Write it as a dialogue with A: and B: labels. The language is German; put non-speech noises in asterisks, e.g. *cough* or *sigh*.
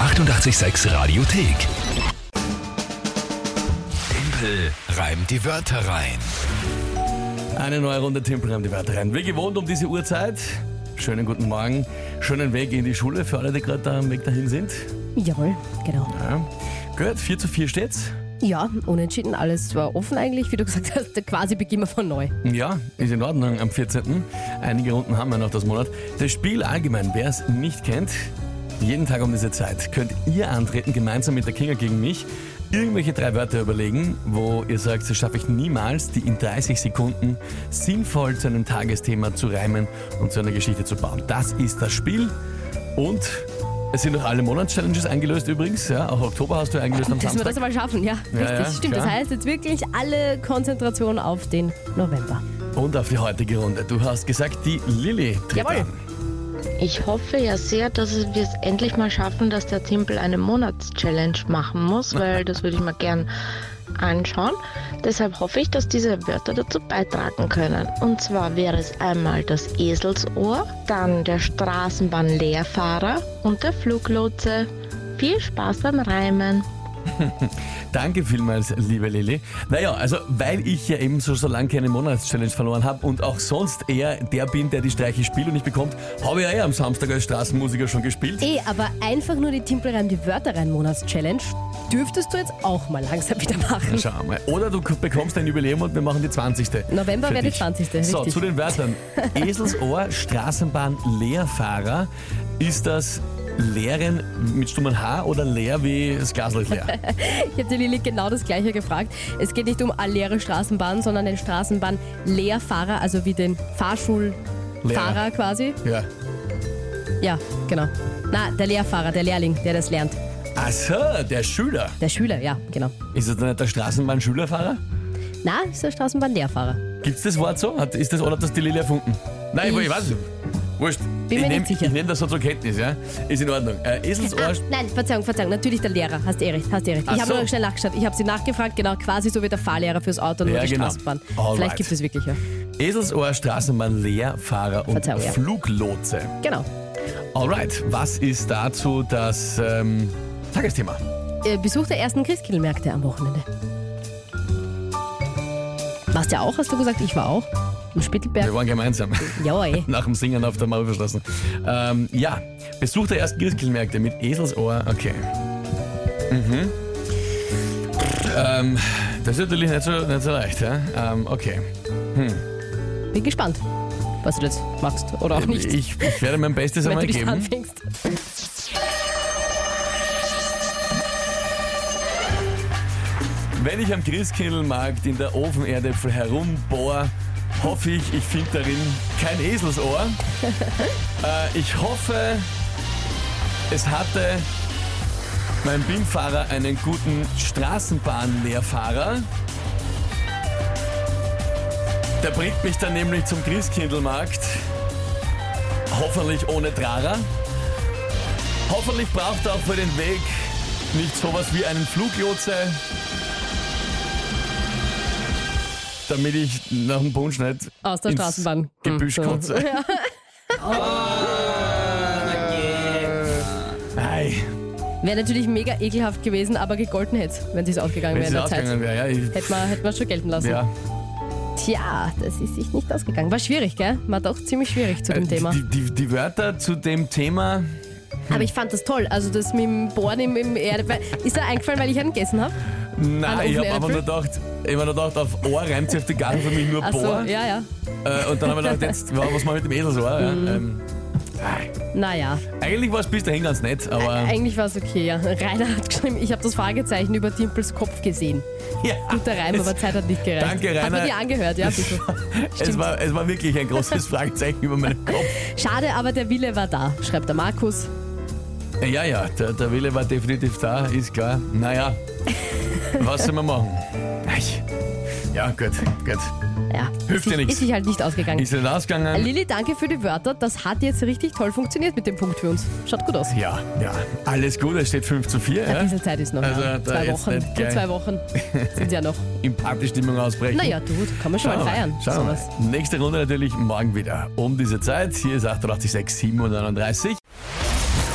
A: 886 Radiothek. Tempel reimt die Wörter rein.
B: Eine neue Runde Tempel haben die Wörter rein. Wie gewohnt um diese Uhrzeit. Schönen guten Morgen. Schönen Weg in die Schule für alle, die gerade da am Weg dahin sind.
C: Jawohl, genau.
B: Ja. Gut, 4 zu 4 steht's.
C: Ja, unentschieden, alles war offen eigentlich, wie du gesagt hast, *laughs* quasi beginnen wir von neu.
B: Ja, ist in Ordnung am 14. Einige Runden haben wir noch das Monat. Das Spiel allgemein, wer es nicht kennt, jeden Tag um diese Zeit könnt ihr antreten, gemeinsam mit der Kinga gegen mich, irgendwelche drei Wörter überlegen, wo ihr sagt, das schaffe ich niemals, die in 30 Sekunden sinnvoll zu einem Tagesthema zu reimen und zu einer Geschichte zu bauen. Das ist das Spiel und es sind noch alle Monatschallenges eingelöst übrigens, ja, auch Oktober hast du eingelöst am
C: Dass wir
B: Samstag.
C: das mal schaffen, ja.
B: Ja,
C: Richtig,
B: ja,
C: stimmt. Das
B: klar.
C: heißt jetzt wirklich alle Konzentration auf den November.
B: Und auf die heutige Runde. Du hast gesagt, die Lilly tritt
C: also Jawohl.
B: an.
D: Ich hoffe ja sehr, dass es- wir es endlich mal schaffen, dass der Tempel eine Monatschallenge machen muss, weil das würde ich mal gern anschauen. Deshalb hoffe ich, dass diese Wörter dazu beitragen können. Und zwar wäre es einmal das Eselsohr, dann der Straßenbahnlehrfahrer und der Fluglotse. Viel Spaß beim Reimen.
B: Danke vielmals, liebe Lilly. Naja, also weil ich ja eben so, so lange keine Monatschallenge verloren habe und auch sonst eher der bin, der die Streiche spielt und nicht bekommt, habe ich ja eh am Samstag als Straßenmusiker schon gespielt.
C: Eh, aber einfach nur die Timpel rein die Wörter rein Monatschallenge dürftest du jetzt auch mal langsam *laughs* wieder machen.
B: Schau mal. Oder du k- bekommst ein Jubiläum und wir machen die 20.
C: November
B: für
C: wäre die
B: dich.
C: 20.,
B: So,
C: richtig.
B: zu den
C: *laughs*
B: Wörtern. Eselsohr, Straßenbahn, Leerfahrer. Ist das Leeren mit stummen H oder leer wie das Glas leer?
C: *laughs* Ich habe die Lilly genau das gleiche gefragt. Es geht nicht um leere Straßenbahnen, sondern den Straßenbahnlehrfahrer, also wie den Fahrschulfahrer
B: Lehrer.
C: quasi.
B: ja.
C: Ja, genau. Na, der Lehrfahrer, der Lehrling, der das lernt.
B: Ach so, der Schüler.
C: Der Schüler, ja, genau.
B: Ist das dann nicht der Straßenbahn-Schülerfahrer?
C: Na, ist der Straßenbahnlehrfahrer.
B: Gibt's das Wort so? Hat, ist das oder hat das die Lilly erfunden? Nein, ich,
C: Ich-
B: weiß nicht. Wurscht.
C: Bin
B: ich
C: mir nicht
B: nehme
C: sicher.
B: nehm das so zur Kenntnis, ja? Ist in Ordnung. Äh, Eselsohr,
C: Ah, *laughs* nein, Verzeihung, Verzeihung, natürlich der Lehrer, hast eh recht, hast eh recht.
B: Ach
C: Ich habe
B: so.
C: nur schnell nachgeschaut, ich habe sie nachgefragt, genau, quasi so wie der Fahrlehrer fürs Auto, nur
B: Ja,
C: die
B: genau.
C: Straßenbahn.
B: Alright.
C: Vielleicht gibt es wirklich, ja.
B: Eselsohr, Straßenbahn, Lehrfahrer und
C: Verzeihung, oh ja.
B: Fluglotse.
C: Genau.
B: Alright, was ist dazu das ähm, Tagesthema?
C: Äh, Besuch der ersten Christkindlmärkte am Wochenende. Warst ja auch, hast du gesagt, ich war auch. Im Spittelberg.
B: Wir waren gemeinsam. *laughs*
C: Jaoi.
B: Nach dem Singen auf der Mauerstraße. Ähm, ja, Besuch der ersten Kirchkillmärkte mit Eselsohr. Okay. Mhm. Ähm, das ist natürlich nicht so, nicht so leicht, ja? Ähm, okay.
C: Bin gespannt, was du jetzt machst oder auch nicht.
B: Äh, Ich, ich werde mein Bestes
C: wenn
B: einmal
C: du dich
B: geben.
C: anfängst.
B: Wenn ich am Christkindlmarkt in der Ofenerdäpfel herumbohr, hoffe ich, ich finde darin kein Eselsohr.
C: *laughs*
B: äh, ich hoffe, es hatte mein BIM-Fahrer einen guten Straßenbahnlehrfahrer. Der bringt mich dann nämlich zum Christkindlmarkt. Hoffentlich ohne Trara. Hoffentlich braucht er auch für den Weg nicht sowas wie einen Fluglotse. damit ich nach dem Punsch nicht
C: Aus der
B: ins
C: Straßenbahn. Hm,
B: Gebüsch
C: so.
B: kotze. *laughs* Ah, Ei,
C: Wäre natürlich mega ekelhaft gewesen, aber gegolten hätte, wenn es ausgegangen
B: wenn es
C: wäre in der Zeit.
B: ausgegangen wäre, ja, ich,
C: Hätte man, hätte man schon gelten lassen.
B: ja.
C: Tja, das ist sich nicht ausgegangen. War schwierig, gell? War doch ziemlich schwierig zu dem
B: Äh,
C: Thema.
B: Die, die, die Wörter zu dem Thema,
C: Aber ich fand das toll. Also das mit dem Bohren im, im Erde. weil- Ist dir eingefallen, weil ich einen gegessen habe?
B: nein, ich habe
C: Ofenerdäpfel?
B: einfach nur gedacht, ich habe nur gedacht, auf Ohr reimt sich auf die Garten für mich nur
C: Achso,
B: Bohr.
C: ja, ja.
B: Äh, und dann habe ich gedacht, jetzt, wa- was mal mit dem Eselsohr. Ja.
C: Mhm.
B: Ähm,
C: Naja,
B: eigentlich war es bis dahin ganz nett, aber
C: eigentlich war es okay, ja. Rainer hat geschrieben, ich habe das Fragezeichen über Timpels Kopf gesehen.
B: ja,
C: Guter Reim,
B: es,
C: aber Zeit hat nicht gereicht.
B: Danke,
C: Hat man
B: Rainer.
C: dir angehört, ja, bitte.
B: *laughs* es, war, es war wirklich ein großes Fragezeichen über meinem Kopf.
C: Schade, aber der Wille war da, schreibt der Markus.
B: Äh, Ja, ja, der, der Wille war definitiv da, ist klar. Naja, was soll man machen? Ei. Ja, gut, gut.
C: Ja,
B: Hilft
C: ist,
B: dir
C: sich-
B: nichts.
C: ist sich halt nicht ausgegangen.
B: Ist nicht ausgegangen?
C: Lilly, danke für die Wörter. Das hat jetzt richtig toll funktioniert mit dem Punkt für uns. Schaut gut aus.
B: Ja, ja. Alles gut, es steht 5 zu 4.
C: Ein
B: Ja?
C: bisschen Zeit ist noch.
B: Also
C: ja.
B: da
C: Zwei
B: jetzt
C: Wochen.
B: nicht
C: Gut
B: gleich- *laughs*
C: zwei Wochen sind ja noch.
B: In Partystimmung ausbrechen.
C: Naja, du, kann man schon
B: Schauen
C: mal
B: wir
C: feiern.
B: Schauen wir
C: sowas.
B: mal. Nächste Runde natürlich morgen wieder. Um diese Zeit. Hier ist 886 739.